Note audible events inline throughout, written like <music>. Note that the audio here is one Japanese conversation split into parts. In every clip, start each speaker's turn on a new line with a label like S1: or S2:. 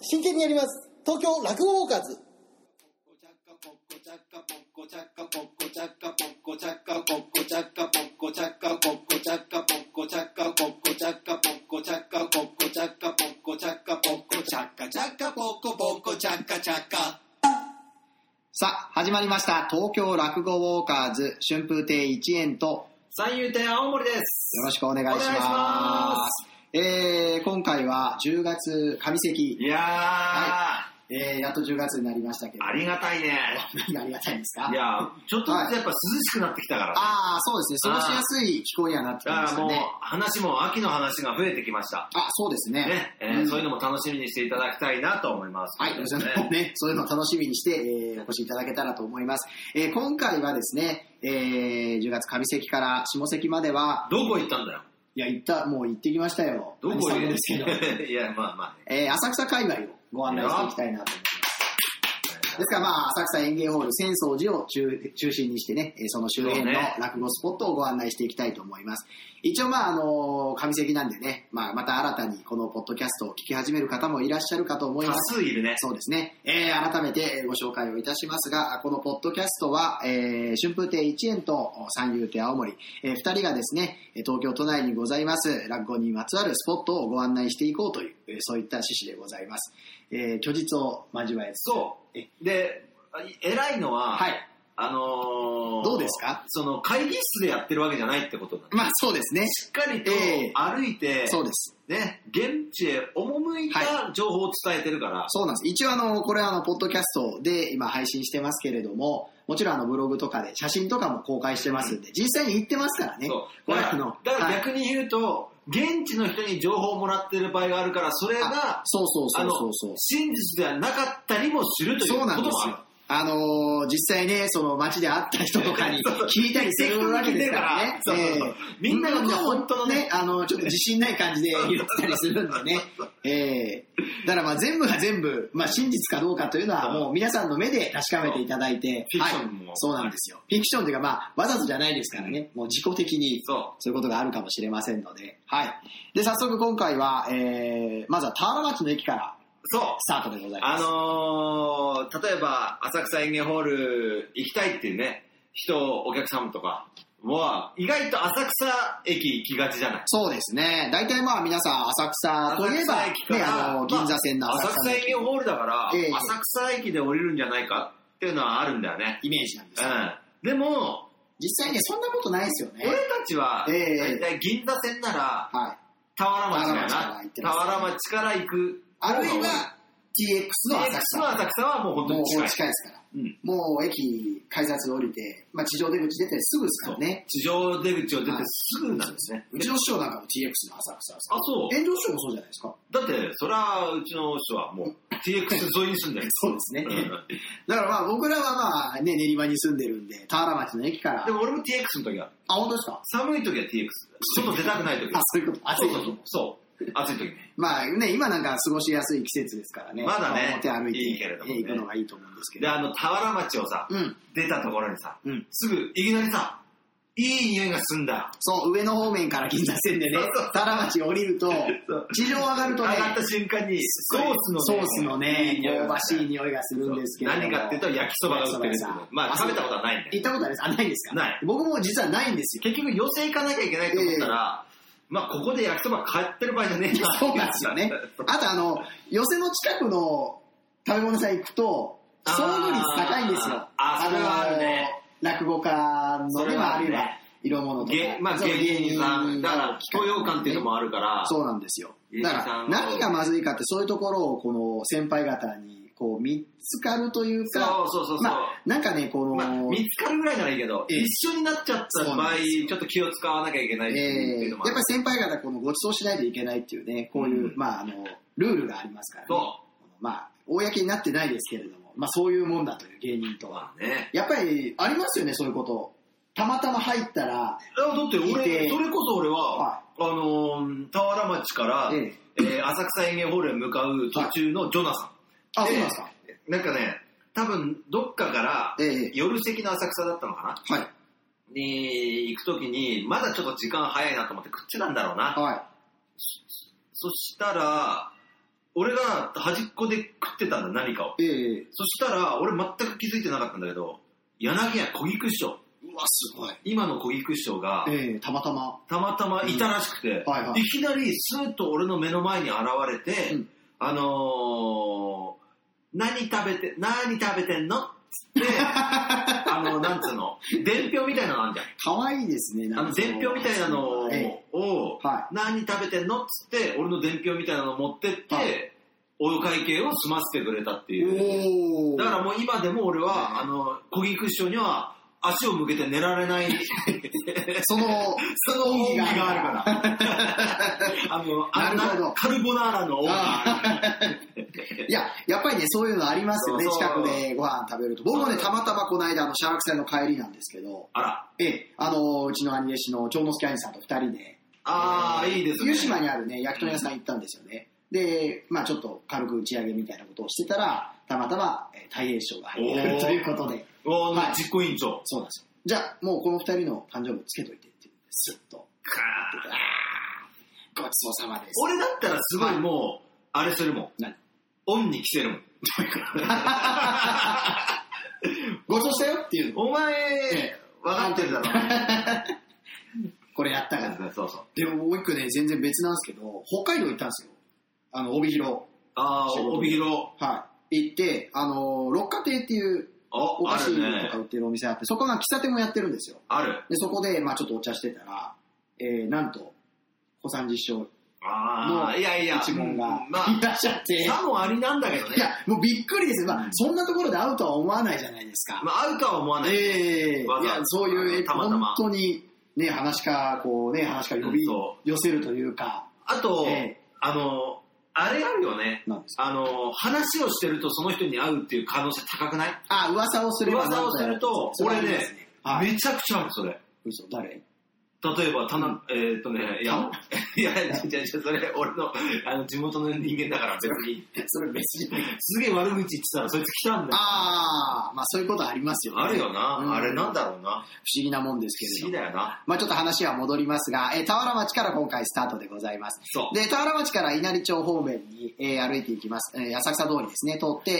S1: 真剣にやります東京落語カーズ
S2: さあ、始まりました。東京落語ウォーカーズ春風亭一円と
S3: 三遊亭青森です。
S2: よろしくお願いします。
S3: お願いします
S2: えー、今回は10月上
S3: い
S2: 関、
S3: やー、
S2: えー、やっと10月になりましたけど、
S3: ありがたいね。
S2: 何がありがたいんですか
S3: いや、ちょっとずつやっぱ涼しくなってきたからね。
S2: ああ、そうですね。過ごしやすい気候にはなってき
S3: だか
S2: ま
S3: ら
S2: した
S3: もう
S2: ね。
S3: 話も秋の話が増えてきました。
S2: あ、そうですね。
S3: ね、え
S2: う
S3: ー
S2: ん
S3: そういうのも楽しみにしていただきたいなと思います。
S2: はい、皆さんもね、そういうのを楽しみにして、えーお越しいただけたらと思います。えー今回はですね、えー10月上関から下関までは、
S3: どこ行ったんだよ。
S2: いや、行った、もう行ってきましたよ。
S3: どこ
S2: 何様
S3: 行
S2: ですけど。
S3: <laughs> いや、まあまあね。
S2: えー浅草界隈をご案内していきたいなと思います。ですから、まあ、浅草園芸ホール、浅草寺を中中心にしてね、えーその周辺の
S3: そうね
S2: 落語スポットをご案内していきたいと思います。一応、まあ、あのー上関なんでね、まあ、また新たにこのポッドキャストを聞き始める方もいらっしゃるかと思い
S3: 多
S2: ます。
S3: 数いるね。
S2: そうですね、えー改めてえーご紹介をいたしますが、このポッドキャストは、えー春風亭一円と三遊亭青森、え2人がですね、えー東京都内にございます落語にまつわるスポットをご案内していこうという、えーそういった趣旨でございます。えー虚実を交えつつ、
S3: そ
S2: え
S3: う。で、偉いのは、
S2: はい、
S3: あのー
S2: どうですか
S3: その会議室でやってるわけじゃないってことだね。
S2: まあそうですね、
S3: しっかりと
S2: ええ
S3: 歩いて、
S2: そうです。
S3: ね、現地へ赴い
S2: は
S3: た情報を伝えてるから、
S2: そうなんです。一応あの、これはあの、ポッドキャストで今配信してますけれども、もちろんあのブログとかで写真とかも公開してますんで、実際に行ってますからね。
S3: そうだか
S2: これあ
S3: ら
S2: の
S3: だから
S2: はい
S3: 逆に言うと、現地の人に情報をもらってる場合があるから、それ
S2: あ
S3: が、
S2: そうそう
S3: あ
S2: そう
S3: の
S2: そうそう。
S3: 真実ではなかったりもするという
S2: そう
S3: こと
S2: な
S3: も
S2: んですよ
S3: あ。
S2: あのー実際ね、その街で会った人とかに
S3: <laughs> そう
S2: 聞いたりするわけですからね。
S3: そうそうそう
S2: ええ
S3: みんながみんな本当のね
S2: あの、ちょっと自信ない感じで言ったりするんで
S3: <laughs>
S2: ね。ええだからまあ全部が全部、まあ真実かどうかというのは
S3: そう
S2: もう皆さんの目で確かめていただいて、
S3: フィクションも
S2: はいそうなんですよ。フィクションというかまあわざとじゃないですからね、もう自己的に
S3: る。そ
S2: そういうことがあるかもしれませんので、はい。で、早速今回は、ええまずは田原町の駅から
S3: う。そう。
S2: スタートでございます。
S3: あのー例えば、浅草園芸ホール行きたいっていうね、人、お客様とかは、意外と浅草駅行きがちじゃない
S2: そうですね。大体まあ皆さん浅草といえば、
S3: 浅草駅か
S2: ね、
S3: ら
S2: あの、銀座線の浅
S3: 浅草
S2: 草の
S3: 駅ホールだから、
S2: ええ
S3: 浅草駅で降りるんじゃないかっていうのはあるんだよね。
S2: イメージなんです
S3: う
S2: よ。
S3: ん。でも、
S2: 実際ね、そんなことないですよね
S3: 俺。たちは、
S2: ええ
S3: 大体銀座線なら、
S2: はい。
S3: 田原町だよ
S2: 田原町から行
S3: な
S2: っ。てますね
S3: 田原町から行く。
S2: あるいは、TX の
S3: TX
S2: 浅
S3: の
S2: 草。
S3: 浅草はもう本当
S2: もう
S3: に近い。
S2: 近いですから。
S3: うん
S2: もう駅、改札降りて、まあ地上出口出てすぐですからね。
S3: 地上出口を出て
S2: はい
S3: すぐなんですね。
S2: うちの師匠なんかも TX の浅草ですか
S3: あ、そう
S2: ら。。炎上師匠もそうじゃないですか。
S3: だって、それはうちの人はもう TX 沿いに住んでる。
S2: そうですね
S3: うん
S2: だからまあ僕らはまあね、練馬に住んでるんで、田原町の駅から
S3: で。も俺も TX の時は、
S2: あ、本当ですか
S3: 寒い時は TX。外出たくない時
S2: あ
S3: は、。
S2: そういうこと。暑い
S3: そう
S2: こと
S3: そう。そう。そう暑い時ね。
S2: まあね、今なんか過ごしやすい季節ですからね。
S3: まだね
S2: 表歩いて
S3: いいけれどもね
S2: 行くのがいいと思うんですけ
S3: で、
S2: ど。
S3: あの、田原町をさ、
S2: うん、
S3: 出たところにさ、
S2: うん。
S3: すぐ、いきなりさ、いい匂いがすんだ。
S2: そう、上の方面から銀座線でね
S3: そうそう、
S2: 田原町降りると
S3: そう、
S2: 地上上がる
S3: 上
S2: とね、
S3: がった瞬間に、ソースの
S2: ソースのね、香ばしい
S3: い
S2: 匂いがするんですけれども。
S3: 何かっていうと、焼きそばが売ってるんですけ
S2: 焼
S3: ど
S2: きそば屋さん
S3: まあ、食べたことはないんだ
S2: 行
S3: よ。
S2: ったことないです。あ、ないですか
S3: ない。
S2: 僕も実はないんですよ。
S3: 結局、寄せ行かなきゃいけないと思ったら、まあ、ここで焼きそば買ってる場合じゃねえな。
S2: そうなんですよね。あとあの、寄せの近くの食べ物屋さん行くと、
S3: あー
S2: 遭遇率高いんですよ。
S3: あそれはあるね
S2: の落語家の
S3: そ
S2: ね、
S3: れ
S2: ま
S3: は
S2: あ
S3: あ
S2: ある
S3: る
S2: いは
S3: ね
S2: 色物とか
S3: げ。まあ、
S2: そう
S3: 芸人さん、だから、教養感っていうのもあるから、
S2: そうなんですよ。だから、
S3: 芸人さんの
S2: 何がまずいかって、そういうところを、この先輩方に、こう、見つかるという
S3: そ
S2: か、
S3: うそうそうそう。
S2: まあ、なんかね、この、
S3: まあ、見つかるぐらいならいいけど、
S2: ええ
S3: 一緒になっちゃった
S2: そう
S3: 場合
S2: なんで、
S3: ちょっと気を使わなきゃいけないって
S2: え
S3: い
S2: ー
S3: う
S2: や
S3: の
S2: っぱ
S3: もあ
S2: り
S3: る。
S2: 先輩方、このご馳走しないといけないっていうね、こういう、
S3: うん
S2: まあ、あの、ルールがありますからね。
S3: そ
S2: まあ、公になってないですけれども、まあそういうもんだという芸人と
S3: う。
S2: は。
S3: まあね。
S2: やっぱりありますよね、そういうこと。たまたま入ったら、
S3: いやだって
S2: 聞いて
S3: 俺、それこそ俺は、
S2: は
S3: あのー田原町から、え
S2: ええ
S3: ー浅草園芸ホールへ向かう途中のジョナサン。
S2: あ、そ
S3: ええ
S2: うなんですか。
S3: なんかね、多分、どっかから、
S2: ええ
S3: 夜席の浅草だったのかな
S2: はい。
S3: に行くときに、まだちょっと時間早いなと思って食ってたんだろうな。
S2: は
S3: そしたら、俺が端っこで食ってたんだ、何かを。
S2: ええ
S3: そしたら、俺全く気づいてなかったんだけど、柳家小菊師匠、
S2: うわ、すごい。
S3: 今の小菊師匠が、
S2: ええたまたま。
S3: たまたまいたらしくて、
S2: うんはいはい
S3: いきなりスーッと俺の目の前に現れて、
S2: うん
S3: あのー、何食べて、何食べてんのっ
S2: <laughs>
S3: つって、あの、なんつうの、伝票みたいなのあんじゃん。
S2: かわいいですね。な
S3: あ
S2: ん
S3: の、
S2: かそ
S3: 伝票みたいなのを、
S2: ええは
S3: 何食べてんのっつって、俺の伝票みたいなのを持ってって、
S2: はい
S3: お会計を済ませてくれたって
S2: い。
S3: い
S2: お
S3: う。
S2: ー
S3: だからもう今でも俺は、あの、小菊師匠には足を向けて寝られない、
S2: その、
S3: <laughs> その恩義がある <laughs> から。あの、あ
S2: なるほど
S3: のカルボナーラの恩義がある
S2: いや、やっぱりね、そういうのありますよね、
S3: そうそう
S2: 近くでご飯食べると。僕もね、
S3: そう
S2: たまたまこの間、あの、シャーク戦の帰りなんですけど、
S3: あら。
S2: ええ、あの、うちの兄弟子の長之助兄さんと二人で、
S3: ああ、いいですね。
S2: 湯島にあるね、焼き鳥屋さん行ったんですよね。で、まあちょっと軽く打ち上げみたいなことをしてたら、たまたま、えー、大栄翔が入ってく
S3: お
S2: る
S3: ー
S2: ということで、
S3: おー
S2: はい
S3: 実行委員長。
S2: そうなんですよ。じゃあ、もうこの二人の誕生日をつけといてって言うんで、スッと。ごちそうさまです。
S3: 俺だったらすごいもう、あれするもん。
S2: 何
S3: 恩に着せるもん。
S2: ごちそうしたよっていうの。
S3: お前、分かってるだろ。
S2: これやったから。 <laughs>
S3: そうそう。
S2: でももう一個ね、全然別なんですけど、北海道行ったんですよ。あの、帯広。
S3: ああ、帯広。
S2: はい。行って、あのー六花亭っていうお
S3: お、あ
S2: 菓子
S3: る
S2: と
S3: ね
S2: か。売ってるお店あって、そこが喫茶店もやってるんですよ。
S3: ある。
S2: で、そこで、まあちょっとお茶してたら、えー、なんと、小三治師匠
S3: ああ、いやいや。
S2: 一門が
S3: うんまあ
S2: い、らっしゃって、
S3: さもありなんだけどね
S2: い。や、もうびっくりです。まあそんなところで会うとは思わないじゃないですか。
S3: まあ、合うとは思わない。
S2: ええい
S3: わざわざ
S2: や、そういう、え
S3: たまたま
S2: 本当に、ね、話か、こうね、話か呼び
S3: うんそ
S2: 寄せるというか、
S3: あと、
S2: ええ
S3: あの、あれあるよね。
S2: なんですか。
S3: あの、話をしてるとその人に会うっていう可能性高くない
S2: あ、噂をすれば
S3: 噂をすると、俺ね、
S2: はい、
S3: めちゃくちゃある、それ。
S2: 嘘、誰 <laughs>
S3: 例えば、たな、えーっとね、いや、 <laughs> いや、いやいやいやそれ、俺の、あの、地元の人間だから別
S2: <laughs>
S3: に、
S2: それ別に。
S3: すげえ悪口言ってたら、そいつ来たんだよ。
S2: ああ、まあそういうことありますよ、ね。
S3: あるよな、
S2: うん
S3: あれなんだろうな。
S2: 不思議なもんですけ
S3: 不
S2: れ
S3: 思
S2: ど
S3: 議
S2: も。
S3: だよな。
S2: まあちょっと話は戻りますが、えー、田原町から今回スタートでございます。
S3: そう。
S2: で、田原町から稲荷町方面に、えー歩いていきます。えー浅草通りですね、通って、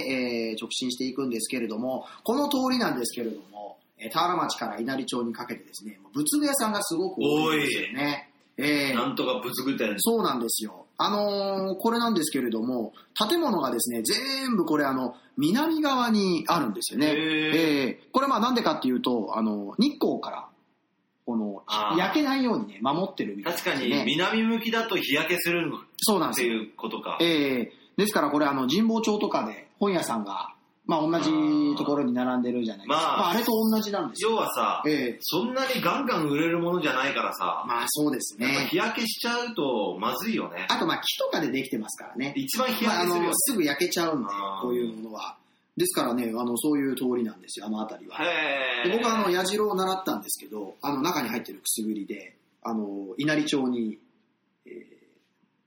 S2: えー直進していくんですけれども、この通りなんですけれども、えー田原町から稲荷町にかけてですね、もう仏具屋さんがすごく多いんですよね。えー
S3: なんとかぶつぐったやつ。
S2: そうなんですよ。あのーこれなんですけれども、建物がですね、全部これあの、南側にあるんですよね。
S3: へー
S2: えーこれまあなんでかっていうと、あの、日光から、この
S3: あ、ー
S2: 焼けないようにね、守ってるみたいな、
S3: 確かに、
S2: ね。
S3: 南向きだと日焼けするのっ
S2: そうなんで
S3: て
S2: すよ。
S3: いうことか。
S2: えーですからこれあの、神保町とかで本屋さんが、まあ同じところに並んでるじゃないですか。
S3: まあ
S2: まあ、あれと同じなんですよ。
S3: 要はさ、
S2: え
S3: そんなにガンガン売れるものじゃないから
S2: ー
S3: さ、
S2: まあそうです
S3: やっぱ
S2: ね。
S3: 日焼けしちゃうとまずいよね。
S2: あとまあ木とかでできてますからね。
S3: 一番日
S2: まあ、あ
S3: 焼けするよ
S2: の。すぐ焼けちゃうんで
S3: あー
S2: こういうものはですからねあのそういう通りなんですよあの辺りは、
S3: へ
S2: で
S3: ー
S2: 僕はあの矢印を習ったんですけどあの中に入ってるくすぐりであの稲荷町に、えー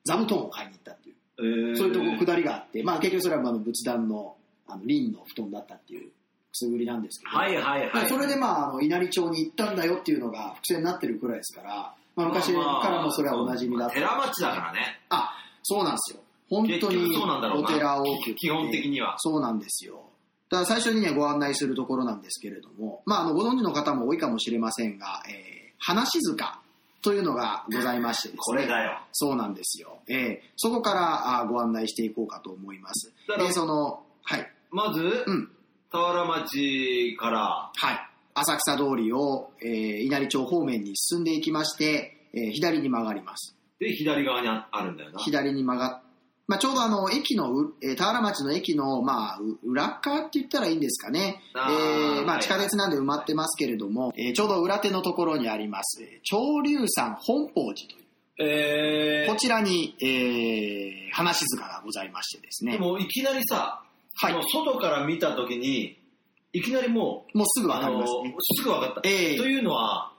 S2: 座布団を買いに行ったっていう、
S3: えー
S2: そういうとこ下りがあって、まあ、結局それはあの仏壇のあの輪の布団だったっていうくすぐりなんですけど、
S3: はいは
S2: ま
S3: いは
S2: あ
S3: い。
S2: それでまああの稲荷町に行ったんだよっていうのが伏線になってるくらいですから、まあ、昔からもそれはおなじみだった、
S3: 寺町だからね。
S2: あそうなんですよ本
S3: 結
S2: 当
S3: 局
S2: に
S3: そうなんだろう
S2: お
S3: な。
S2: 寺を多く
S3: 基本的には。
S2: そうなんですよ。ただ最初にね、ご案内するところなんですけれども、まあ、あの、ご存知の方も多いかもしれませんが、えー、話塚というのがございましてですね。
S3: これだよ。
S2: そうなんですよ。えー、そこからあご案内していこうかと思います。
S3: だから
S2: で、その、はい、
S3: まず、
S2: うん、
S3: 田原町から、
S2: はい、浅草通りを、えー、稲荷町方面に進んでいきまして、えー、左に曲がります。
S3: で、左側にああるんだよな。
S2: 左に曲がっまあ、ちょうどあの駅のう、えー田原町の駅の、まあ、う裏側って言ったらいいんですかね、え
S3: あー
S2: ーまあ、地下鉄なんで埋まってますけれども、えーちょうど裏手のところにあります、えー長龍山本法寺という、
S3: え
S2: こちらに、えー、話し塚がございましてです
S3: ー、
S2: ね、
S3: でもいきなりさ、
S2: はい
S3: もう外から見たときに、いきなりもう、
S2: もうすぐわか
S3: あ
S2: り
S3: の
S2: ますね。
S3: すぐ分かった。
S2: え
S3: と
S2: ー
S3: いうのは、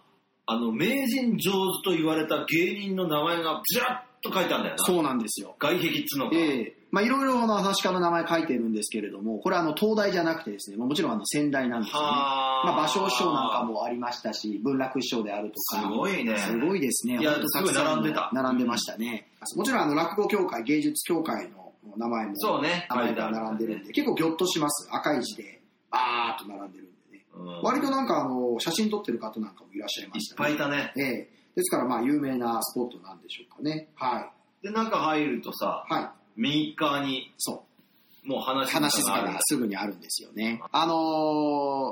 S3: あの、名人上手と言われた芸人の名前がずらっと書いてあるんだよな。
S2: そうなんですよ。
S3: 外壁っつうのが。
S2: ええまあいろいろな話し家の名前書いてるんですけれども、これはあの東大じゃなくてですね、まあもちろんあの仙台なんですよね。
S3: はあ
S2: まあ芭蕉師匠なんかもありましたし、文楽師匠であると
S3: す
S2: か、
S3: ごいね。
S2: すごいですね。
S3: いや
S2: ほんとたくさ
S3: すごい並んでた
S2: 並んでましたね。もちろん、あの、落語協会、芸術協会の名前も、
S3: そうね。
S2: 名前が並んでるんで、結構ギョッとします。赤い字で、バーっと並んでるんでね。
S3: うん。
S2: 割となんか、あの、写真撮ってる方なんかもいらっしゃいま
S3: い
S2: し
S3: ったぱいいたね。
S2: ええですから、まあ、有名なスポットなんでしょうかね。はい。
S3: で、中入るとさ、
S2: はい。
S3: 右側に
S2: そう。
S3: もう話
S2: 話し
S3: があ
S2: 塚
S3: る
S2: がすぐにあるんですよね。あの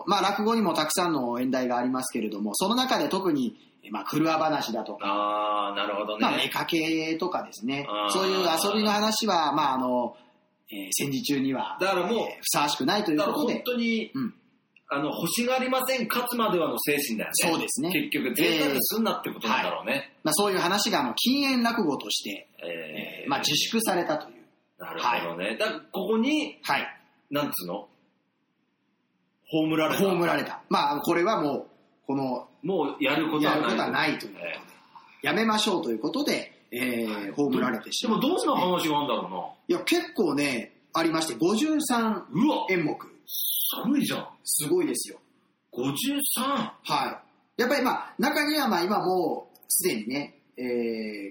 S2: ーまあ、落語にもたくさんの演題がありますけれども、その中で特に、えまあ、狂わ話だとか、
S3: あー、なるほどね。
S2: まあ、目かけとかですね
S3: あー、
S2: そういう遊びの話は、まあ、あの、えー戦時中には、
S3: だからもう
S2: えーふさわしくないという
S3: だか
S2: こ
S3: ら
S2: と
S3: 本
S2: で、
S3: 当に、
S2: うん
S3: あの、欲しがりません、勝つまではの精神だよね。
S2: そうですね
S3: 結局、贅沢すんなってことなんだろうね。
S2: まあ、そういう話が、あの、禁煙落語として、
S3: え
S2: え
S3: ー
S2: ーまあ、自。粛されたという。
S3: なるほどね。だから、ここに、
S2: はい。
S3: なんつうの葬られた。
S2: 葬られた。まああの、これはもう、この、
S3: もうやること
S2: や
S3: は
S2: る
S3: な
S2: こ
S3: い。
S2: とはないということで、やめましょうということで、えー、葬られてし
S3: で
S2: ま
S3: も、
S2: う。
S3: どんな話があるんだろ
S2: いや、結構ね、ありまして、53
S3: うな。うわ
S2: 演目。
S3: 寒いじゃん。
S2: すごいですよ。
S3: 53。
S2: はい。やっぱりまあ、中にはまあ今もう、すでにね、え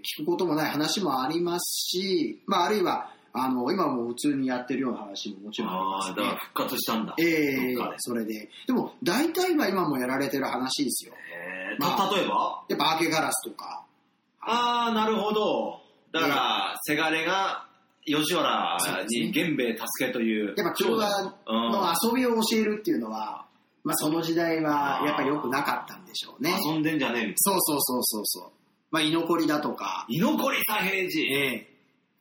S2: ー聞くこともない話もありますし、まああるいは、あの、今も普通にやってるような話ももちろん
S3: あ
S2: あ
S3: あ、
S2: り
S3: だ
S2: ます
S3: から
S2: ね。
S3: 復活したんだ。
S2: ええ
S3: どっかで
S2: それで。でも、大体は今もやられてる話ですよ。
S3: えー
S2: まあ
S3: た例えば
S2: やっぱ、明けガラスとか、
S3: ああ、なるほど。だから、せがれが、吉原に源兵衛助けという。
S2: やっぱ、京田の遊びを教えるっていうのは、まあ、その時代は、やっぱ良くなかったんでしょうね。
S3: うん遊んでんじゃねえみたい
S2: そうそうそうそうそう。まあ、居残りだとか、
S3: な。居残り太平寺。
S2: ええ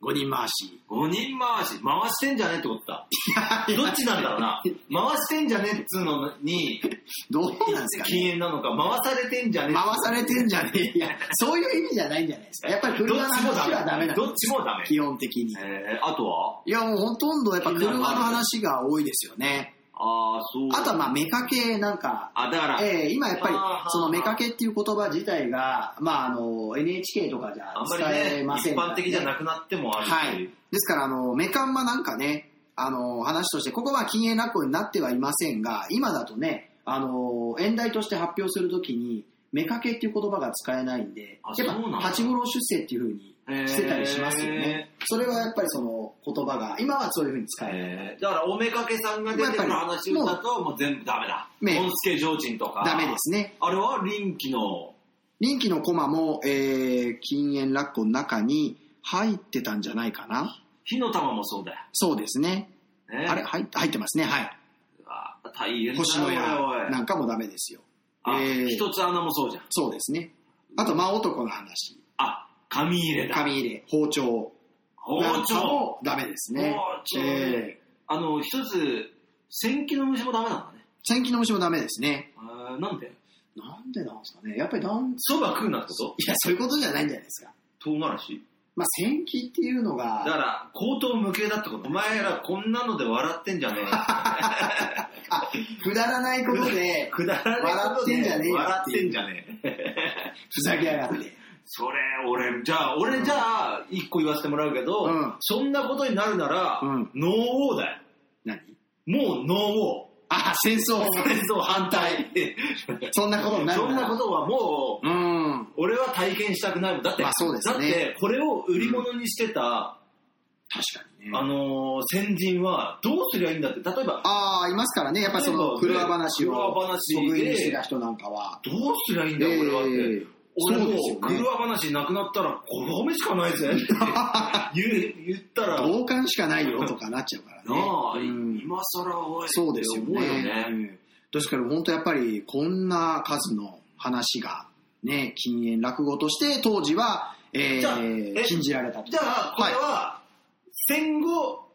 S2: 五人回し。
S3: 5人回し。回してんじゃねえってことだ。どっちなんだろうな。回してんじゃねえっつうのに、
S2: どうなんですかね。
S3: 禁煙なのか、回されてんじゃねえ。
S2: 回されてんじゃねえ。いや、そういう意味じゃないんじゃないですか。やっぱり
S3: どっち
S2: 車の話は
S3: も
S2: ダ
S3: ダ
S2: メな
S3: メ。
S2: んで
S3: どっちもダメ
S2: す。。基本的に。い
S3: えー、あとは
S2: や、もうほとんどやっぱ車の話が多いですよね。
S3: ああ、そう。
S2: あとはまあ、目かけなんか、
S3: あ、だから、
S2: ええ今やっぱり
S3: あー、
S2: その目かけっていう言葉自体が、まあ、あの、NHK とかじゃ
S3: あんまり
S2: 使え
S3: ね、
S2: ませ
S3: 一
S2: んからね
S3: 般的じゃなくなってもある
S2: は
S3: って
S2: い
S3: いう。。
S2: ですから、あの、メカンマなんかね、あの、話として、ここは禁煙落語になってはいませんが、今だとね、あの、演題として発表するときに、目かけっていう言葉が使えないんで
S3: あ、
S2: やっぱ
S3: そうなんだ
S2: 八五郎出世っていうふうにしてたりしますよね。それはやっぱりその言葉が、今はそういうふうに使えない。
S3: えーだから、おめかけさんが出てる話だと、もう全部ダメだ。
S2: ね
S3: 本助上人とか。
S2: ダメで。すね。
S3: あれは臨機の、
S2: 臨機の駒も、えー、禁煙落語の中に入ってたんじゃないかな。
S3: 火の玉もそうだよ。
S2: そうですね。
S3: ね、
S2: あれ、入って入ってますね。はい。
S3: うわ大変だな
S2: 星の
S3: おいお
S2: や
S3: い
S2: なんかもダメですよ。
S3: あ
S2: えー
S3: 一つ穴もそうじゃん。
S2: そうですね。あと、まあ男の話。
S3: あ、紙入れだ。
S2: 紙入れ、包丁。
S3: 包
S2: なんか
S3: 丁。
S2: もダメですね。
S3: 包丁ね
S2: えー
S3: あの、一つ、千機の虫もダメなんだね。
S2: 千切の虫もダメですね。
S3: えーなんで
S2: なんでなんですかね。やっぱり男い
S3: そば食うなってこと
S2: や、そういうことじゃないんじゃないですか。
S3: 唐辛子
S2: まあ、千切っていうの
S3: だか
S2: が、
S3: ら、口頭無形だってこと。お前らこんなので笑ってんじ
S2: <laughs>
S3: ゃねえよ。
S2: あ、くだらないことで、
S3: くだらねえこと
S2: 笑って
S3: で
S2: んじゃねえよ
S3: 笑ってんじゃねえ。
S2: ふざけやがって。
S3: それ、俺、じゃあ、俺じゃあ、一個言わせてもらうけど、
S2: うん
S3: そんなことになるなら、
S2: うん
S3: ノーウォーだよ。
S2: 何
S3: もうノー
S2: あ、戦争。
S3: ウォー。戦争反対。
S2: そんなことになる
S3: そんなことはもう、
S2: うん。
S3: 俺は体験したくないもん。だって、
S2: まあそうですね
S3: だって、これを売り物にしてた、
S2: 確かに
S3: あ
S2: ね。
S3: のー先人は、どうすりゃいいんだって、例えば、
S2: ああ、いますからね。やっぱその、
S3: そう
S2: 狂
S3: ね
S2: わ話を
S3: 狂わ話で
S2: 得意にしてた人なんかは。
S3: どうすりゃいいんだ、俺はって。
S2: えー
S3: 俺
S2: そう
S3: も
S2: ですよ
S3: う、
S2: ね
S3: 狂わ話なくなったら、これ褒めしかないぜ
S2: <laughs>
S3: って言う言ったら、
S2: 同感しかないよとかなっちゃうからね。
S3: なあ、
S2: うん
S3: 今更おい
S2: そうですよ
S3: って思うよ
S2: ね。うんですから本当やっぱりこんな数の話がね、禁煙落語として当時は、え
S3: じゃあ
S2: ー
S3: え
S2: 禁じられたと
S3: じゃあ、これは、戦後、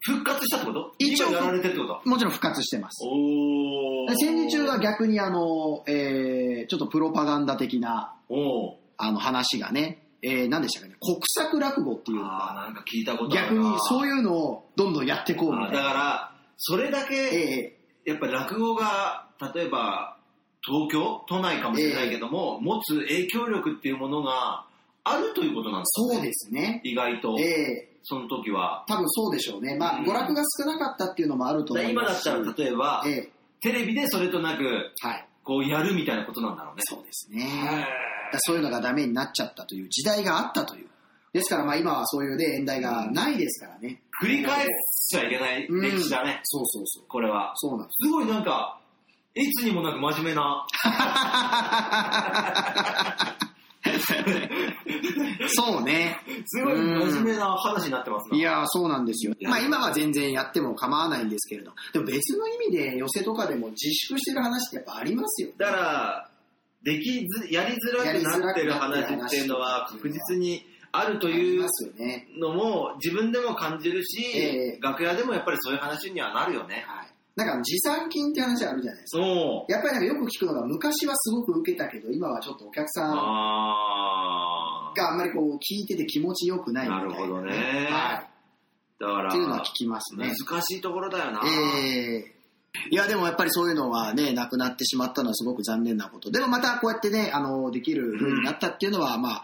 S3: 復活したってこと
S2: 一応
S3: 今やられてるってこと
S2: もちろん復活してます。
S3: お
S2: で戦時中は、逆にあの、えーちょっとプロパガンダ的な
S3: おー
S2: あの話がね、えー何でしたかね、国策落語っていうの
S3: あ
S2: が、
S3: ーなんか聞いたことあ
S2: 逆
S3: るな
S2: にそういうのをどんどんやってこうみ
S3: あー
S2: たい
S3: だ
S2: な。
S3: から、それだけ、
S2: え
S3: やっぱ落語が、例えば、東京都内かもしれないけども、持つ影響力っていうものがあるということな
S2: ー
S3: んです
S2: そうですね。
S3: 意外と、
S2: えー
S3: その時は。
S2: 多分そうでしょうね。まあ、
S3: うん
S2: 娯楽が少なかったっていうのもあると思い
S3: 今
S2: ま
S3: だっ
S2: すし。
S3: たら、例えば、
S2: え
S3: テレビでそれとなく、
S2: ーはい。
S3: こうやるみたいなことなんだろうね。
S2: そうですね。
S3: へー
S2: だからそういうのがダメになっちゃったという時代があったという。ですから、まあ今はそういうね、演題がないですからね。
S3: 繰り返しちゃいけない
S2: うん
S3: 歴史だね、
S2: そうそうそう。
S3: これは。
S2: そうなんです
S3: ごいなんか、いつにもなく真面目な。
S2: す。そうね。。
S3: すごい真面目な話になってますない
S2: やー、そうなんですよ。
S3: いや
S2: まあ今は全然やっても構わないんですけれど。でも別の意味で寄せとかでも自粛してる話ってやっぱありますよ。
S3: だから、できず、やりづらくなってる話っていうのは確実にあると
S2: あ
S3: い
S2: り
S3: う
S2: ますよね。
S3: のも自分でも感じるし、
S2: ええ
S3: 楽屋でもやっぱりそういう話にはなるよね。
S2: はい。なんか持参金って話あるじゃないですか。
S3: そう。
S2: やっぱりなんかよく聞くのが昔はすごく受けたけど、今はちょっとお客さん
S3: ああ。
S2: があんまりこう聞いてて気持ちよくないみた
S3: ない
S2: な、
S3: るほどね。
S2: は
S3: だか
S2: い。
S3: ら、
S2: っていうのは聞きますね。
S3: 難しいところだよな。
S2: ええいや、でもやっぱりそういうのはね、なくなってしまったのはすごく残念なこと。でもまたこうやってね、あの、できる風になったっていうのは、まあ、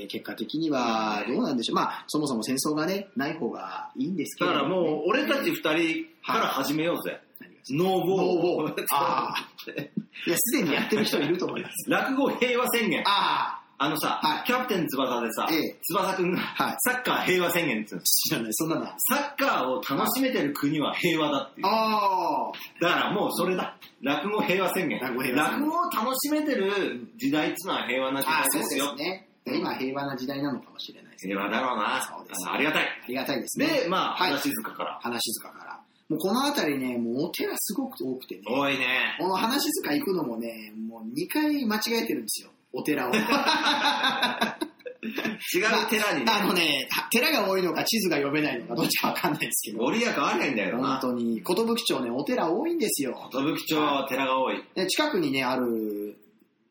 S2: えー結果的にはどうなんでしょう。まあ、そもそも戦争がね、ない方がいいんですけ
S3: だ
S2: れ
S3: か
S2: ど、ね。
S3: らもう、俺たち二人から始めようぜ。
S2: 何が
S3: ノーボ <laughs>
S2: ノーボ
S3: ー
S2: ー。あいや、すでにやってる人いると思います。
S3: 落語平和宣言。
S2: あ
S3: あのさ、
S2: はい
S3: キャプテン翼でさ、
S2: ええ
S3: 翼くんが、
S2: はい
S3: サッカー平和宣言って言うの
S2: あ、知らない、そんなのある
S3: サッカーを楽しめてる国は平和だっていう。
S2: ああ、
S3: だからもうそれだ。落語平和宣言。
S2: 落語平和宣言
S3: 落語を楽しめてる時代っていうのは平和な時
S2: あ
S3: 代
S2: そう
S3: です
S2: で
S3: よ
S2: す。ね。今平和な時代なのかもしれないですね。
S3: 平和だろうな。
S2: そうです
S3: ありがたい。
S2: ありがたいですね。
S3: で、まあ、
S2: はい
S3: 話静かから。
S2: 話し塚から。もうこの辺りね、もうお寺すごく多くてね。
S3: 多いね。
S2: この話し塚行くのもね、もう2回間違えてるんですよ。お
S3: <laughs>
S2: 寺を。
S3: 違う寺に
S2: <laughs>
S3: ね、
S2: あのね、寺が多いのか地図が読めないのかどっちかわかんないですけど。
S3: ご利益あれへんだよ
S2: 本
S3: な。
S2: 当に、寿町ね、お寺多いんですよ。
S3: 寿町は寺が多い。
S2: で近くにね、ある、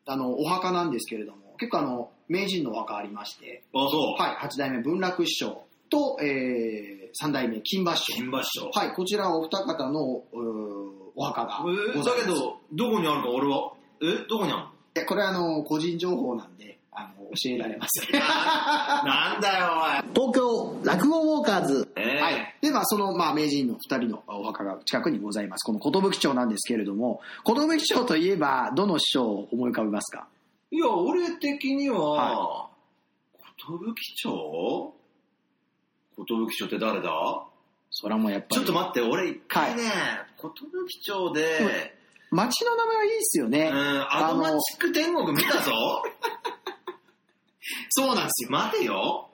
S2: あの、お墓なんですけれども、結構あの、名人のお墓ありまして、
S3: あ、そう。
S2: はい、八代目文楽師匠と、えー、三代目金馬師匠。
S3: 金馬師匠。
S2: はい、こちらお二方のうーお墓が
S3: え
S2: ございます。
S3: ーだけど、どこにあるか俺は。え、どこにあるの
S2: えこれはあの個人情報なんであの教えられません。
S3: なんだよ、
S1: 東京落語ウォーカーズ
S3: おい。えー
S2: はい、で、まあ、その、まあ、名人の二人のお墓が近くにございます。この寿町なんですけれども、寿町といえば、どの師匠を思い浮かべますか
S3: いや、俺的には
S2: は、
S3: 寿町寿町って誰だ
S2: それはもうやっぱり。
S3: ちょっと待って、俺一回ね、寿町で、
S2: 町の名前はいいですよね
S3: う。ん、アドマチック天国見た <laughs> ぞ
S2: そうなんです。
S3: 待てよ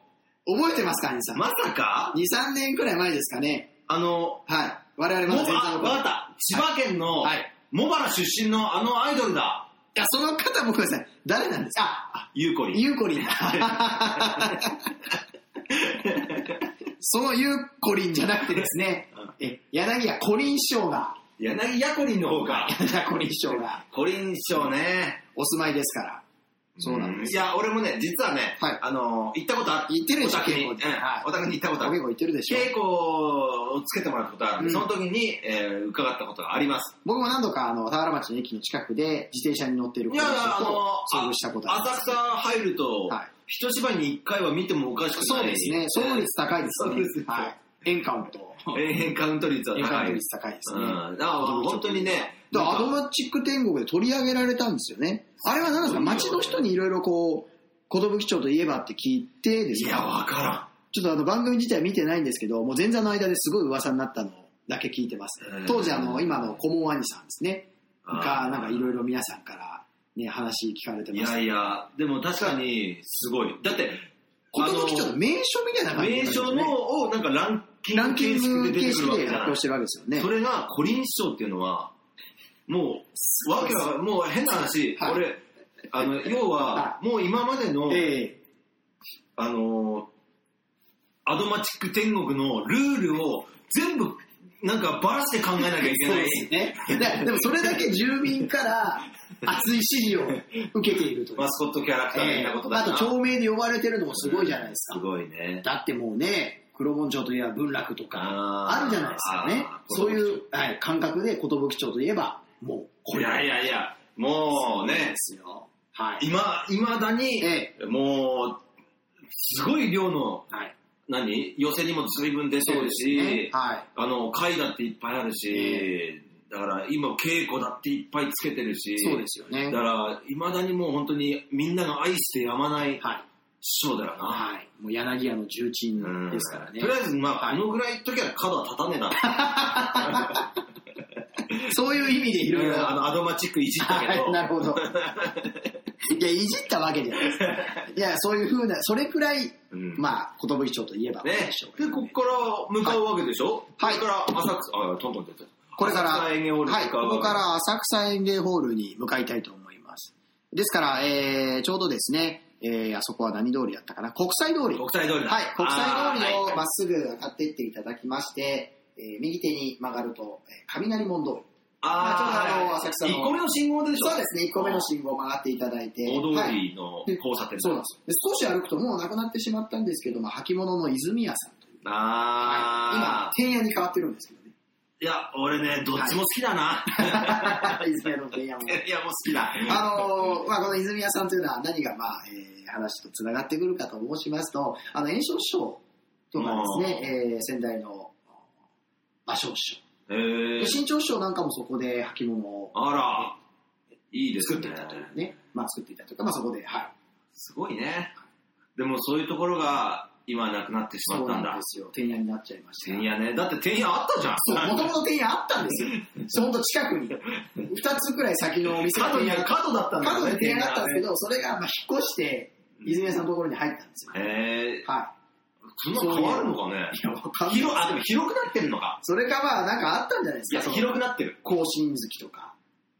S2: 覚えてますか、兄さん。
S3: まさか
S2: 2、3年くらい前ですかね。
S3: あの、
S2: はい。我々
S3: も
S2: まだ
S3: ば
S2: 全然
S3: あわかった千葉県の
S2: はい。
S3: 茂原出身のあのアイドルだ
S2: いや、その方もごめんなさい。誰なんですかあ、
S3: ゆうこりん。
S2: ゆうこりんだ。そのゆうこりんじゃなくてですね、え柳家こりん師匠が、
S3: 柳家こりんの方か。
S2: 柳家こりん師匠が
S3: こりん師匠ね。
S2: お住まいですから。そうなんです。
S3: いや、俺もね、実はね、
S2: はい
S3: あの、行ったことある。
S2: 行ってるでしょ
S3: お宅に、
S2: 稽古に
S3: うん
S2: はい
S3: お宅に行ったことあ
S2: お稽
S3: る。
S2: 古行ってるでしょ。
S3: 稽古をつけてもらったことあるんで、
S2: うん
S3: その時に、えー伺ったことがあります。
S2: 僕も何度かあの田原町の駅の近くで自転車に乗っている
S3: い
S2: 子
S3: や、
S2: たち
S3: あ
S2: と遭
S3: の、
S2: 遇したことあります。
S3: 浅草入ると、
S2: はい
S3: 一芝居に一回は見てもおかしく
S2: そ
S3: な
S2: う
S3: い。
S2: ですね。遭遇率高いです
S3: そう
S2: ね
S3: ですね。
S2: はい。エンカウント。
S3: 永遠カウント率は
S2: エンカウン
S3: 高
S2: ト
S3: いで
S2: 率
S3: す。
S2: 高いです
S3: う
S2: ね。
S3: ん、だから本当にね、
S2: だからアド
S3: なんか
S2: マチック天国で取り上げられたんですよね。あれは何ですか町の人にいろいろこう、寿町といえばって聞いてで
S3: い
S2: す
S3: や、
S2: ね、
S3: わか
S2: ちょっとあの番組自体見てないんですけど、もう前座の間ですごい噂になったのだけ聞いてます
S3: うん。
S2: 当時あの、今の顧問兄さんですね。
S3: らん。
S2: が、なんかいろ
S3: い
S2: いろ皆さんからね、話聞かれて
S3: い
S2: まし
S3: や
S2: た。
S3: いや、でも確かに、すごい。だって、
S2: 寿町の名所みたいな感じ
S3: 名所のをなんかランキ
S2: ラン
S3: ング
S2: キ
S3: 形
S2: ン
S3: 式
S2: グ
S3: で出
S2: 形
S3: てく
S2: 式
S3: るわけ
S2: で
S3: じ
S2: 発
S3: ゃない
S2: 表してるわけですよね
S3: そ。れがコリン師匠っていうのはもうわけはもう変な話、
S2: はい
S3: 俺あの要は
S2: は
S3: もう今までの、
S2: ええ
S3: あのアドマチック天国のルールを全部なんかバラして考えなきゃいけ
S2: そう
S3: ない
S2: ですね。ででもそれだけ住民から熱い支持を受けているという
S3: マ。スコットキャラクター
S2: え
S3: 的
S2: え
S3: なこと
S2: あ
S3: だな、
S2: と町名で呼ばれてるのもすごいじゃないです
S3: す
S2: か。
S3: ごいね
S2: だってもうね、黒門町といえば文楽とか、
S3: あ
S2: あるじゃないですかね
S3: あ。ー
S2: そういう、はい、感覚で寿町といえば、もう、こ
S3: い
S2: れ
S3: やいやいやもう
S2: で
S3: ね
S2: すよ。はい。
S3: 今いまだに、
S2: え
S3: もうすごい量の
S2: はい。
S3: 何寄せにも随分出てるし、
S2: ねはい。
S3: あの会だっていっぱいあるし、
S2: え
S3: だから今稽古だっていっぱいつけてるし
S2: そうですよね
S3: だ。からいまだにもう本当にみんなが愛してやまない
S2: はい。
S3: そうだよな。
S2: はい。もう柳屋の重鎮
S3: うん
S2: ですからね
S3: と。りあえず、まあ、あのぐらいの時は角は立たねえな。
S2: そういう意味 <laughs> でい
S3: い
S2: ろ
S3: ろ
S2: い
S3: い
S2: ろ。
S3: ろ、あの、アドマチックいじったけ
S2: は
S3: <laughs> ど。
S2: いなるほど。いや、いじったわけじゃないです。いや、そういうふうな、それくらい、
S3: うん
S2: まあ、寿町といえば、
S3: ね。で、こっから向かうわけでしょ
S2: はい
S3: これから浅草、あ、トントン出てた。
S2: これから、
S3: 浅
S2: はい、
S3: 草園芸ホールに向
S2: こ
S3: かう
S2: こから浅草園芸ホールに向かいたいと思います。ですから、えー、ちょうどですね、えー、あそこは何通りだったかな国際通り。
S3: 国際通りだ。
S2: はい、国際通り
S3: あー
S2: をま
S3: は
S2: っすぐ上がっていっていただきまして、えー右手に曲がると、えー雷門通り。まあちょうどあの
S3: あー、
S2: 浅草の
S3: 1個目の信号でしょ
S2: そうですね、1個目の信号を曲がっていただいて、
S3: 大
S2: は
S3: 通
S2: い、
S3: りの
S2: で
S3: 交差点
S2: そうなんですで少し歩くともうなくなってしまったんですけども、履物の泉屋さんという、
S3: あ
S2: 今、天屋に変わってるんですけどね。 <laughs>
S3: ー。いや、俺ね、どっちも好きだな。
S2: 泉屋の天屋も。
S3: <laughs> いや、もう好きだ。
S2: あのーまあ、この泉屋さんというのは何が、まあえー話とつながってくるかと申しますとあの炎症師匠とかですね、えー先代の芭蕉師匠
S3: えー
S2: で、新潮師匠なんかもそこで履物を
S3: あら、いいです
S2: 作
S3: ね
S2: っていたというね、まあ、作っていたというか、まあ、そこで、はい、
S3: すごいね。でもそういうところが今なくなってしま
S2: そ
S3: っ
S2: うなん
S3: た
S2: んで
S3: だ。
S2: すよ天屋になっちゃいました
S3: 天屋ね。だって天屋あったじゃん。
S2: そうもともと天屋あったんです <laughs> よ本当近くに2つくらい先のお店が
S3: 角
S2: 天
S3: に
S2: 屋が
S3: 角だったんだ
S2: 角
S3: よね
S2: に天屋があったんですけどそれがまあ引っ越して泉屋さんのところに入ったんですよ、
S3: へえ
S2: はい
S3: そんな変わるのかね
S2: いや、わかんない
S3: 広あでも広くなってるのか。
S2: それかまあ、なんかあったんじゃない
S3: い
S2: で
S3: や、
S2: すか。
S3: 広くなってる。
S2: 更新月とか、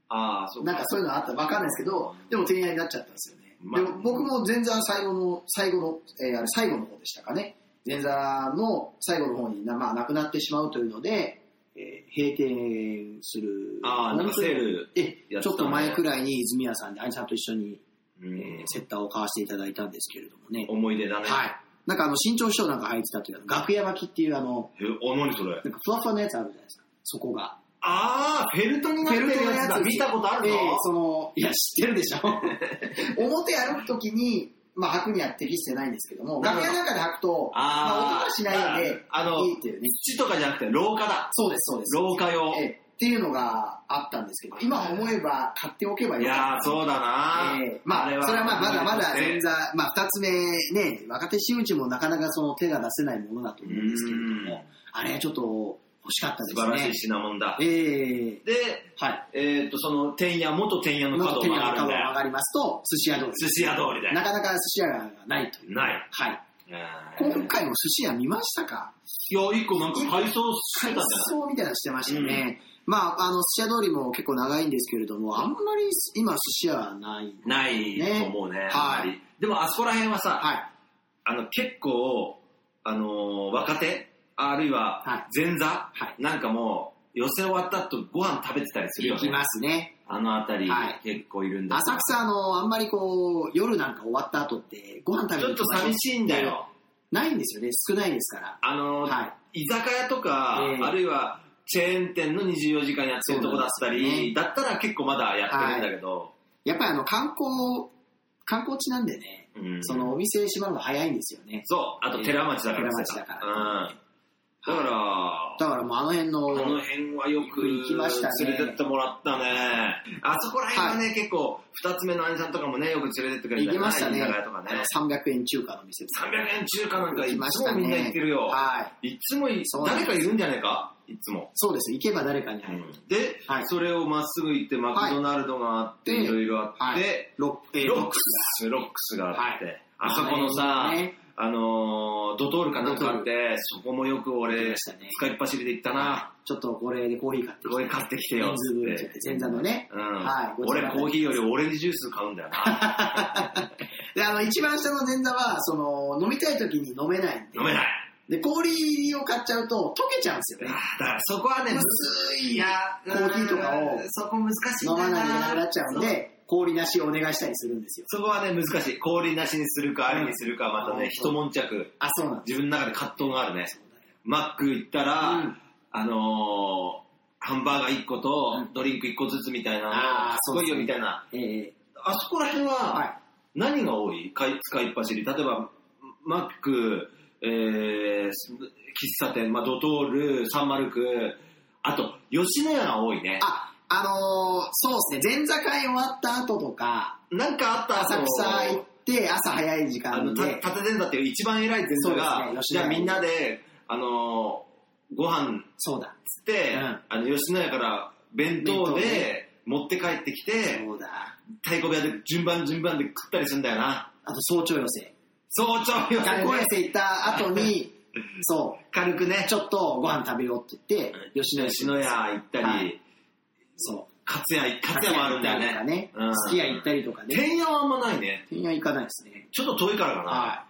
S3: ああ、そう
S2: なんかそういうのあったらわかんないですけど、でも転愛になっちゃったんですよね。
S3: まあ
S2: でも僕も前座最後の、最後の、えーあれ最後の方でしたかね。前座の最後の方にな、まあ、なくなってしまうというので、えー閉店する。
S3: ああ、なんかセール。
S2: え
S3: やってたね
S2: ちょっと前くらいに泉谷さんで兄さんと一緒に、
S3: う
S2: えー
S3: ん
S2: セッターを買わせていただいたんですけれどもね。
S3: 思い出だね。
S2: はい。なんかあの、新潮師匠なんか入ってたという、楽屋巻きっていうあの、
S3: え、お、何それ。
S2: なんかふわふわのやつあるじゃないですか。そこが。
S3: ああ、フェルトになっ
S2: フ
S3: て
S2: ェル
S3: る
S2: トの
S3: や
S2: や
S3: つ
S2: つ
S3: だ。見たことある
S2: え
S3: ぞ。
S2: えその、いや、知ってるでしょ。表歩くときに、まあ、履くには適してないんですけども、
S3: なる
S2: 楽
S3: ほど
S2: 屋の中で履くと、まあ、
S3: あ
S2: 音
S3: あ
S2: が、しないので、
S3: あの、
S2: いいっていうね。
S3: 土とかじゃなくて廊下だ。
S2: そうです、そうです。
S3: 廊下用。
S2: ええっていうのがあったんですけど、今思えば買っておけばよ
S3: い
S2: かった
S3: やー、そうだなー、
S2: ええまあ、それはまあまだまだ前
S3: 全
S2: 座、まあ、二つ目ね、若手真打ちもなかなかその手が出せないものだと思うんですけれど
S3: うん
S2: も、あれはちょっと欲しかったで
S3: 素
S2: す
S3: 晴らしい
S2: ね。
S3: 品物だ。
S2: ええ
S3: で、
S2: はい。
S3: えっと、その、天屋、元天屋の
S2: もっ
S3: 角
S2: と
S3: を
S2: 手
S3: 曲
S2: が
S3: がるんだ
S2: 上
S3: よ。
S2: がりますと、寿司屋通り。
S3: 寿司屋通りだよ
S2: な。かなか寿司屋がないという。
S3: ない。
S2: はい。
S3: えー
S2: 今回の寿司屋見ましたか
S3: いや、一個なんか改装してたんじゃない
S2: そうみたいなのしてましたね。まあ、あの、寿司屋通りも結構長いんですけれども、あんまり今寿司屋はない。
S3: ない
S2: ね
S3: と思うね。
S2: はい
S3: あんまりでも、あそこら辺はさ、
S2: はい。
S3: あの、結構、あのー若手、あるい
S2: は
S3: は前座、
S2: は
S3: なんかもう、寄せ終わった後ご飯食べてたりするよ
S2: 行き
S3: ね。
S2: ますね。
S3: あの辺り、
S2: はい
S3: 結構いるんだけど
S2: 浅草あの、あんまりこう、夜なんか終わった後って、ご飯食べ
S3: ちょっと寂しいんだ。よ。
S2: ないんですよね。少ないですから。
S3: あのー、
S2: はい。
S3: 居酒屋とか、
S2: ええ
S3: あるいはチェーン店の24時間やってるとこだった
S2: そうなんです
S3: り、だったら結構まだやってるんだけど、
S2: やっぱりあの、観光、観光地なんでね、
S3: うん
S2: そのお店閉まるの早いんですよね。
S3: そうあと寺町だから
S2: 寺
S3: さ
S2: 町だから
S3: うん、だから、
S2: だからもうあの辺の、
S3: あの辺はよく
S2: 行きましたね
S3: 連れてってもらったね。あそこら辺はね、結構、二つ目の兄さんとかもね、よく連れてってくれた
S2: 行きましたね
S3: 居酒屋とかね。
S2: あの300円中華の店です
S3: 300円中華なんかい
S2: 行きま
S3: つ
S2: し
S3: も
S2: たね
S3: みんな行ってるよ。
S2: はい。
S3: いつもい
S2: そうなんで
S3: 誰
S2: す
S3: かいるんじゃないかいつも。
S2: そうです。行けば誰かに会える。
S3: で、
S2: はい
S3: それをまっすぐ行って、マクドナルドがあって、
S2: はい
S3: いろいろあっ
S2: は
S3: て、
S2: いロッえー
S3: ロ
S2: ロッ
S3: ック
S2: ク
S3: ス、ロックスがあって、
S2: は
S3: あそこのさ、
S2: ね
S3: あのードトールかなんかあって、そこもよく
S2: 行き
S3: 俺、
S2: ましたね
S3: 使いっ走りで行ったな。
S2: ちょっとこれでコーヒー買ってきて。
S3: これ買ってきてよ
S2: 人数分ちょっと前座のね。
S3: うん。
S2: はいごちそう
S3: 俺
S2: さま
S3: コーヒーよりオレンジジュース買うんだよな。
S2: で、あの、一番下の前座は、その、飲みたい時に飲めないんで。
S3: 飲めない。
S2: で、氷入りを買っちゃうと溶けちゃうんです
S3: だ
S2: よね。
S3: からそこはね、
S2: む
S3: ずいや、
S2: コーヒーとかを
S3: うんそこ難しい
S2: 飲まないといけなくなっ
S3: な。
S2: ちゃうんで、氷なしをお願いしたりするんですよ。
S3: そこはね、難しい。氷なしにするか、ありにするか、また
S2: う
S3: ね
S2: ん、
S3: 一悶着。
S2: あ、そうなんです。
S3: 自分の中で葛藤があるね。マック行ったら、
S2: うん
S3: あのーハンバーガー1個と
S2: うん
S3: ドリンク1個ずつみたいなの、
S2: あー
S3: すごい
S2: そうです
S3: よ
S2: ね
S3: みたいな。
S2: ええ
S3: あそこら辺
S2: は。
S3: はい何が多い、買い使いっ走り。例えば、マック、えー、喫茶店、まあ、ドトール、サンマルク、あと、吉野家が多いね。
S2: あ、あのーそうですね。前座会終わった後とか、
S3: なんかあった
S2: 浅草行っって、朝早い時
S3: あ
S2: 間
S3: の、た
S2: で、
S3: 立ててたっていう一番偉い前座が、
S2: そうですね吉
S3: じゃ
S2: 野
S3: あ
S2: 家
S3: みんなで、あのー、ご飯
S2: そうだ、
S3: つって、
S2: うん
S3: あの、吉野家から弁当
S2: 弁当
S3: で持って帰ってきて、
S2: そうだ。
S3: 太鼓部屋で順番順番で食ったりするんだよな。
S2: あと、早朝寄せ。
S3: 早朝よ、
S2: 学校寄せ行った後
S3: <laughs>
S2: に、そ
S3: 軽くね
S2: う、、ちょっとご飯食べようって言って、吉野家
S3: 吉野家行ったり、
S2: はいそう。
S3: 勝谷、勝谷もあるんだよ
S2: とか
S3: ね。
S2: ね
S3: うん。
S2: すき家行ったりとかね。
S3: 天屋はあんまないね。
S2: 天屋行かないですね。
S3: ちょっと遠いからかな。
S2: は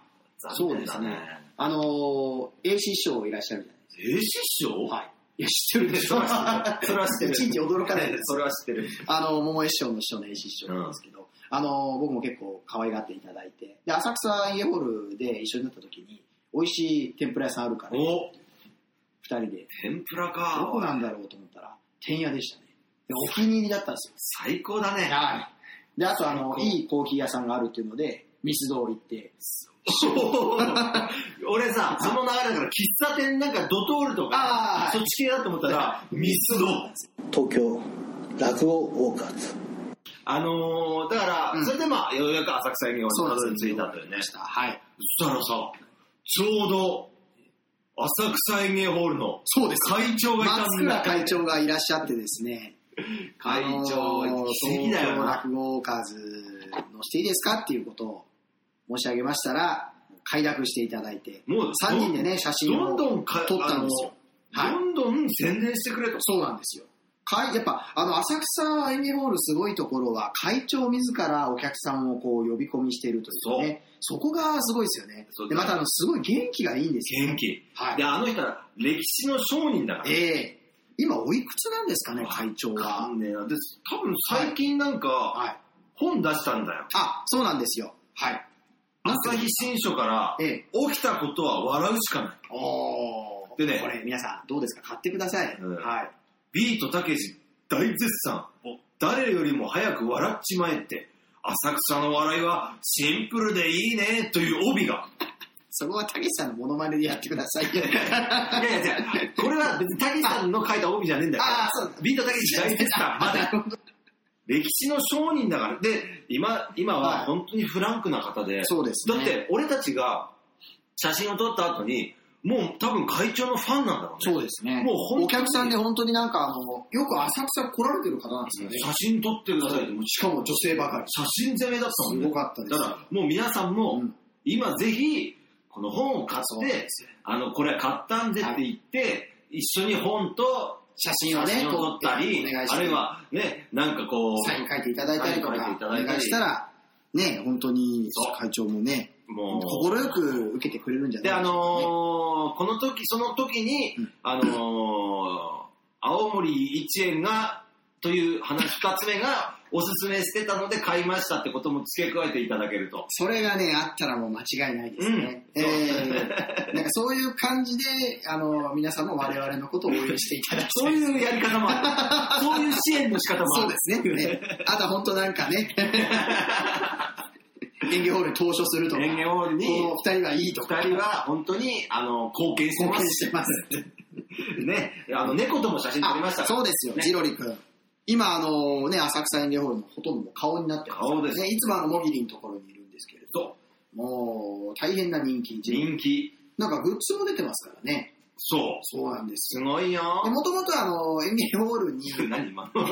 S2: い。
S3: 残念だ
S2: そうですあのー、AC 師匠いらっしゃるじゃないです
S3: えー、師匠
S2: か。はい。いや、知ってるでしょ。
S3: <laughs> それは知ってる。
S2: いちいち驚かないです。
S3: それは知ってる。
S2: あの、桃江師匠の師匠の AC 師匠なんですけど、あの、僕も結構可愛がっていただいて、で、浅草家ホールで一緒になった時に、美味しい天ぷら屋さんあるから、二
S3: お
S2: 人で、
S3: 天ぷらか。
S2: どこなんだろうと思ったら、天屋でしたね。でお気に入りだったんですよ。
S3: 最高だね。
S2: はい。で、あとあの、
S3: 最高
S2: いいコーヒー屋さんがあるっていうので、ミスド行って、
S3: <laughs> 俺さ、その流れだから、喫茶店なんかドトールとか
S2: あ、ー
S3: そっち系だと思ったら、ミスド。
S1: 東京落語ウォーカーズ
S3: あのー、だから、
S2: うん
S3: それでまあ、ようやく浅草にたどり着いたんだよね。
S2: でした。はい。
S3: そしたらさ、ちょうど、浅草園芸ホールの
S2: そうで
S3: 会長がいた
S2: 松
S3: ん
S2: 倉
S3: だ。
S2: 会長がいらっしゃってですね、
S3: 会長、
S2: あのー
S3: 奇跡だよな。
S2: 落語カーズのしていいですかっていうことを申し上げましたら、快諾していただいて、
S3: もう
S2: 3人でね、写真
S3: どん
S2: を。
S3: どんか
S2: 撮ったんですよ
S3: あの
S2: はい
S3: どんどん宣伝してくれと。
S2: そうなんですよ。かいやっぱ、あの、浅草演芸ホールすごいところは、会長自らお客さんをこう呼び込みしているというかね、そこがすごいですよね
S3: そう。
S2: で、またあの、すごい元気がいいんですよ。
S3: 元気。
S2: はい
S3: で、。あの人は歴史の商人だから。
S2: ええ今、おいくつなんですかね、
S3: わ
S2: 会長
S3: わか
S2: が。
S3: んねえなで、多分最近なんか、
S2: はい。
S3: 本出したんだよ。
S2: あ、そうなんですよ。はい。
S3: 朝日新書から、
S2: ええ。
S3: 起きたことは笑うしかない。
S2: おー
S3: でね
S2: これ皆さんどうですか買ってください。
S3: うん
S2: はい。
S3: ビートたけし大絶賛。誰よりも早く笑っちまえって。浅草の笑いはシンプルでいいねという帯が。
S2: そこはたけしさんのモノマネでやってください。 <laughs>
S3: いやいやいや、これは別にたけしさんの書いた帯じゃねえんだよ。
S2: ああ、そう
S3: ビートたけし大絶賛。まだ
S2: <laughs> だ。
S3: 歴史の商人だから。で、今、今
S2: は
S3: はい本当にフランクな方で。
S2: そうです、
S3: だ
S2: ね。
S3: って、俺たちが写真を撮った後に、もう多分会長のファンなんだろうね。
S2: そうですね。
S3: もう本当に
S2: お客さんで本当になんかあの、よく浅草来られてる方なんですよね。
S3: 写真撮ってくださいって、もう
S2: しかも女性ばかり。
S3: 写真攻めだったもん
S2: す
S3: ね
S2: ご。かったで
S3: だ
S2: す。
S3: から、もう皆さんも
S2: うん、
S3: 今ぜひ、この本を買
S2: そう
S3: っ
S2: なんで
S3: て、あの、これ買ったんでって言って、一緒に本と
S2: 写真をね、
S3: 撮ったり、
S2: お願いして
S3: あるいはね、なんかこ
S2: サイン書いていただいたりとか、
S3: サイン書いていた
S2: お
S3: だいたり
S2: 願いしたら、ね、本当に
S3: そう
S2: 会長もね、
S3: う、もう、
S2: 快く受けてくれるんじゃない
S3: で、
S2: か
S3: あの
S2: ね
S3: ーこの時、その時に
S2: うん、
S3: あのー青森一円が、という話、二つ目が、おすすめしてたので買いましたってことも付け加えていただけると。
S2: それがね、あったらもう間違いないですね。
S3: うん
S2: えーなんかそういう感じで、あの、皆さんも我々のことを応援していただき
S3: そういうやり方もあ
S2: <laughs>
S3: る。 <laughs> そういう支援の仕方もあ
S2: そうで。
S3: る
S2: すね。ねあとは本当なんかね、演芸ホールに投書するとか、
S3: 園芸ホールに、
S2: この二人はいいと
S3: 二
S2: か、
S3: 人は本当に、あの、貢献して
S2: 貢
S3: ま
S2: 献
S3: す。
S2: して <laughs> ます。
S3: ね。あの、猫とも写真撮りました
S2: あ
S3: から。
S2: そうですよ、
S3: ね
S2: ジロリ君。今、あのね、浅草演芸ホールのほとんどもう顔になってますから
S3: 顔です
S2: ね。いつもあの、もぎりのところにいるんですけれど、
S3: そ
S2: もう、大変な人気、
S3: う
S2: ジロリ
S3: 人気。
S2: なんかグッズも出てますからね。
S3: そう。
S2: そうなんですよ
S3: すごいよ
S2: で。もともとあの、演芸ホールに、
S3: 何今 <laughs> の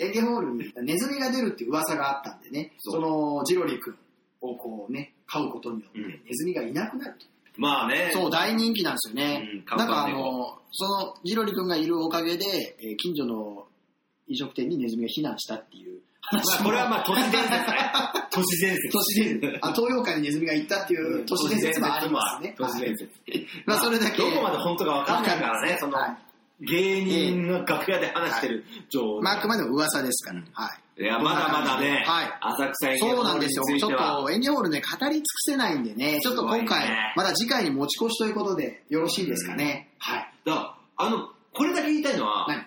S2: 演芸ホールにネズミが出るっていう噂があったんでね、
S3: そ
S2: そ
S3: う
S2: の、ジロリ君をこうね、飼うことによって、
S3: うん
S2: ネズミがいなくなると。
S3: まあね。
S2: そう、大人気なんですよね。
S3: うん
S2: なんかあ
S3: 看板猫
S2: の、その、ジロリ君がいるおかげで、えー近所の飲食店にネズミが避難したっていう
S3: ま
S2: 話
S3: あ、 <laughs> これはまあ、都市伝
S2: <laughs>
S3: 説ね。都市伝説。
S2: 都市伝説、あ、東洋館にネズミが行ったっていう都市伝説もありますね。
S3: 都市伝説。
S2: はいまあ、それだけ。
S3: どこまで本当かわかんないからね、その、
S2: はい
S3: 芸人が楽屋で話してる情
S2: まあ、あくまでも噂ですから。はい。
S3: いや、まだまだね、
S2: はい
S3: 浅草園芸
S2: そう
S3: ホ
S2: な
S3: ー
S2: ん
S3: ル
S2: で
S3: につ
S2: すよ。ち
S3: い
S2: ょ
S3: て
S2: っ
S3: は、
S2: とエンジンホールね、語り尽くせないんでね、ちょっと今
S3: すごい
S2: 回
S3: ね、
S2: まだ次回に持ち越しということで、よろしいですかね。はい。
S3: だからあの、これだけ言いたいのは、
S2: 何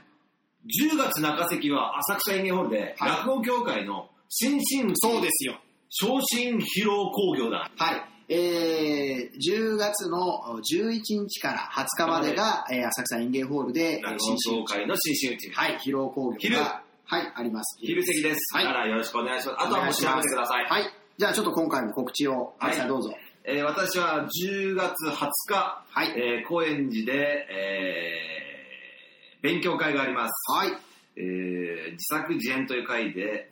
S3: 10月中関は浅草演芸ホールで、
S2: はい
S3: 落語協会の新進
S2: すよ。
S3: 昇進披露興行だ。
S2: はい。えー、10月の11日から20日までが、えー浅草園芸ホールで、えー
S3: 落
S2: 新
S3: 語
S2: 進
S3: 協会の新進打ち。
S2: はい、披露工業
S3: 昼
S2: が、はい、あります。
S3: 昼席です。
S2: はい
S3: だからよろしくお願いします。あと
S2: お
S3: は
S2: 願
S3: も
S2: いうし
S3: 調
S2: ま
S3: べてください。
S2: はい。じゃあちょっと今回も告知を、あ
S3: はい
S2: きさんどうぞ。
S3: えー私は10月20日、
S2: はい。
S3: えー高円寺で、えー勉強会があります。
S2: はい。
S3: えー自作自演という会で、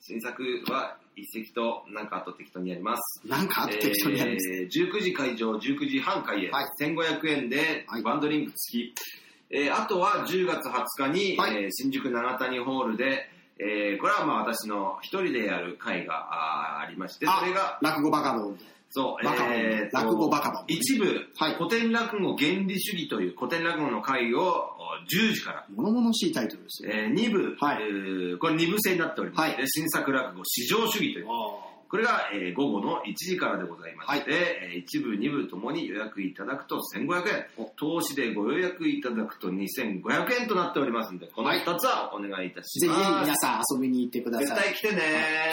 S3: 新作は一席と、なんかあと適当にやります。
S2: なんかあって適当にやります。
S3: えー19時会場、19時半開演、
S2: はい
S3: 1500円で
S2: はい
S3: バンドリンク付き。えーあとは10月20日に、
S2: はい
S3: えー新宿長谷ホールで、えーこれはまあ私の一人でやる会があーありまして、
S2: あ
S3: それが、
S2: 落語バカボン。
S3: そう、
S2: バカボン。
S3: えーと
S2: 落語バカボン。
S3: 一部、
S2: はい
S3: 古典落語原理主義という古典落語の会を10時から、
S2: 物々しいタイトルですよ。
S3: え2部、
S2: はい
S3: えーこれ2部制になっております、
S2: はい
S3: で新作落語至上主義というこれが、えー午後の1時からでございまして、えー1部2部ともに予約いただくと1500円投資でご予約いただくと2500円となっておりますのでこの
S2: はい
S3: 2つはお願いいたし
S2: ぜひ
S3: ます、
S2: 皆さん遊びに行ってくだ
S3: 絶
S2: さい。
S3: 対来てね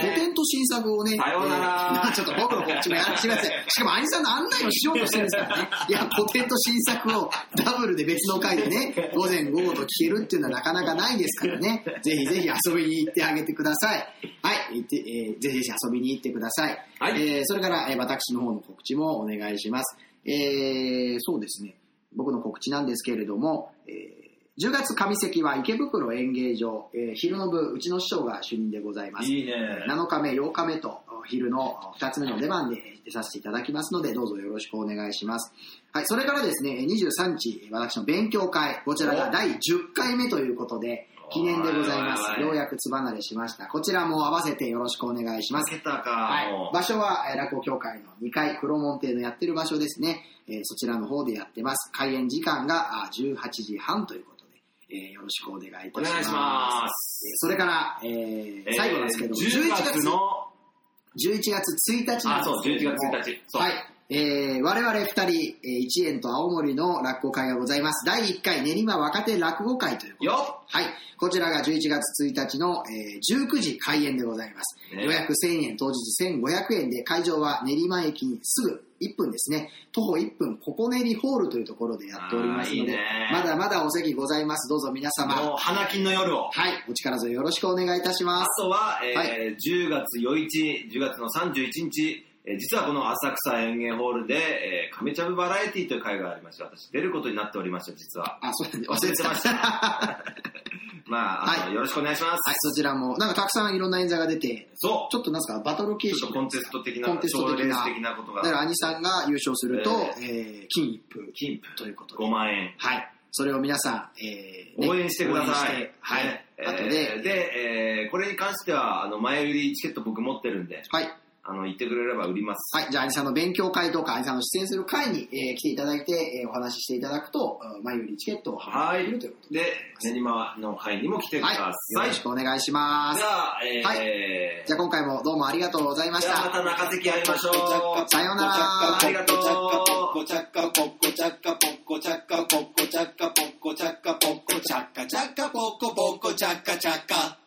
S2: 古典と新作をね、
S3: さようなら
S2: えー <laughs> ちょっと僕のこっちもやらせてください。しかも、兄さんの案内をしようとしてるんです
S3: <laughs>
S2: からね。いや、古典と新作をダブルで別の回でね、午前午後と聞けるっていうのはなかなかないですからね。ぜひぜひ遊びに行ってあげてください。はい、行ってえーぜひぜひ遊びに行ってください。
S3: はい
S2: えーそれから、えー私の方の告知もお願いします。えーそうですね。僕の告知なんですけれども、えー10月上関は池袋演芸場、えー昼の部、うちの師匠が主任でございます。
S3: いいね
S2: 7日目、8日目とお昼の2つ目の出番で出させていただきますので、どうぞよろしくお願いします。はい、それからですね、23日、私の勉強会、こちらが第10回目ということで、記念でございま
S3: お
S2: す。
S3: いおいおい
S2: ようやくつ離れしました。こちらも合わせてよろしくお願いします
S3: 負。けたか、
S2: は
S3: も
S2: い、
S3: う
S2: 場所はえー落語協会の2階、黒門亭のやってる場所ですね、えーそちらの方でやってます。開演時間があー18時半ということで、えーよろしくお願いいたし
S3: お
S2: ます。
S3: 願いします
S2: えーそれから、えー
S3: えー
S2: 最後なんですけど、
S3: 10月の
S2: 11月1日なんですけれども
S3: あそう11月1日そう
S2: はい。えー、我々二人、えー、一円と青森の落語会がございます。第1回練馬若手落語会ということで
S3: よっ
S2: はい。こちらが11月1日の、えー19時開演でございます。
S3: ね
S2: 予約1000円、当日1500円で、会場は練馬駅にすぐ1分ですね。徒歩1分、ココネリホールというところでやっておりますので、
S3: あーいいね
S2: まだまだお席ございます。どうぞ皆様。
S3: もう花金の夜を
S2: はい。お力添えよろしくお願いいたします
S3: あ。とは、えー
S2: はい
S3: 10月4日、10月の31日、えー実はこの浅草園芸ホールで、えー、亀ちゃぶバラエティという会がありまして、私出ることになっておりました、実は。
S2: あ、そうなんで
S3: 忘れてました
S2: <laughs>
S3: まあ、あの、
S2: はい
S3: よろしくお願いします。
S2: はい、そちらも、なんかたくさんいろんな演者が出て、
S3: そう
S2: ちょっとなんすか、バトル形
S3: ちょ
S2: 式
S3: っとコンテスト的な、
S2: コンテスト
S3: 賞レ
S2: 的
S3: ー
S2: な
S3: ス的なこと
S2: だから、
S3: が、
S2: 兄さんが優勝すると、えー金一封
S3: 金プ
S2: ということで、
S3: 5万円。
S2: はい、それを皆さん、えーね
S3: 応援してくださ
S2: 応援
S3: い
S2: して。はい、
S3: ね
S2: 後
S3: えー
S2: で、
S3: で、えーこれに関しては、あの、前売りチケット僕持ってるんで、
S2: はい、
S3: あの、言ってくれれば売ります。
S2: はい、じゃあ、兄さんの勉強会とか、兄さんの出演する会に、えー来ていただいて、えーお話ししていただくと、うん前よりチケットを
S3: は
S2: 販売でき
S3: い
S2: るというこ。
S3: で、練馬の会にも来て
S2: と
S3: く
S2: で、
S3: だ
S2: はい、
S3: さ
S2: よ
S3: い。
S2: ろしくお願いしま
S3: じ
S2: す。
S3: ゃあ、えー
S2: はじゃあ、今回もどうもありがとうございまし
S3: じゃあま
S2: た。
S3: た中関会いましょう。
S2: さようなら
S3: ありがとう。
S4: Chaka, chaka, poco, chaka, poco, chaka.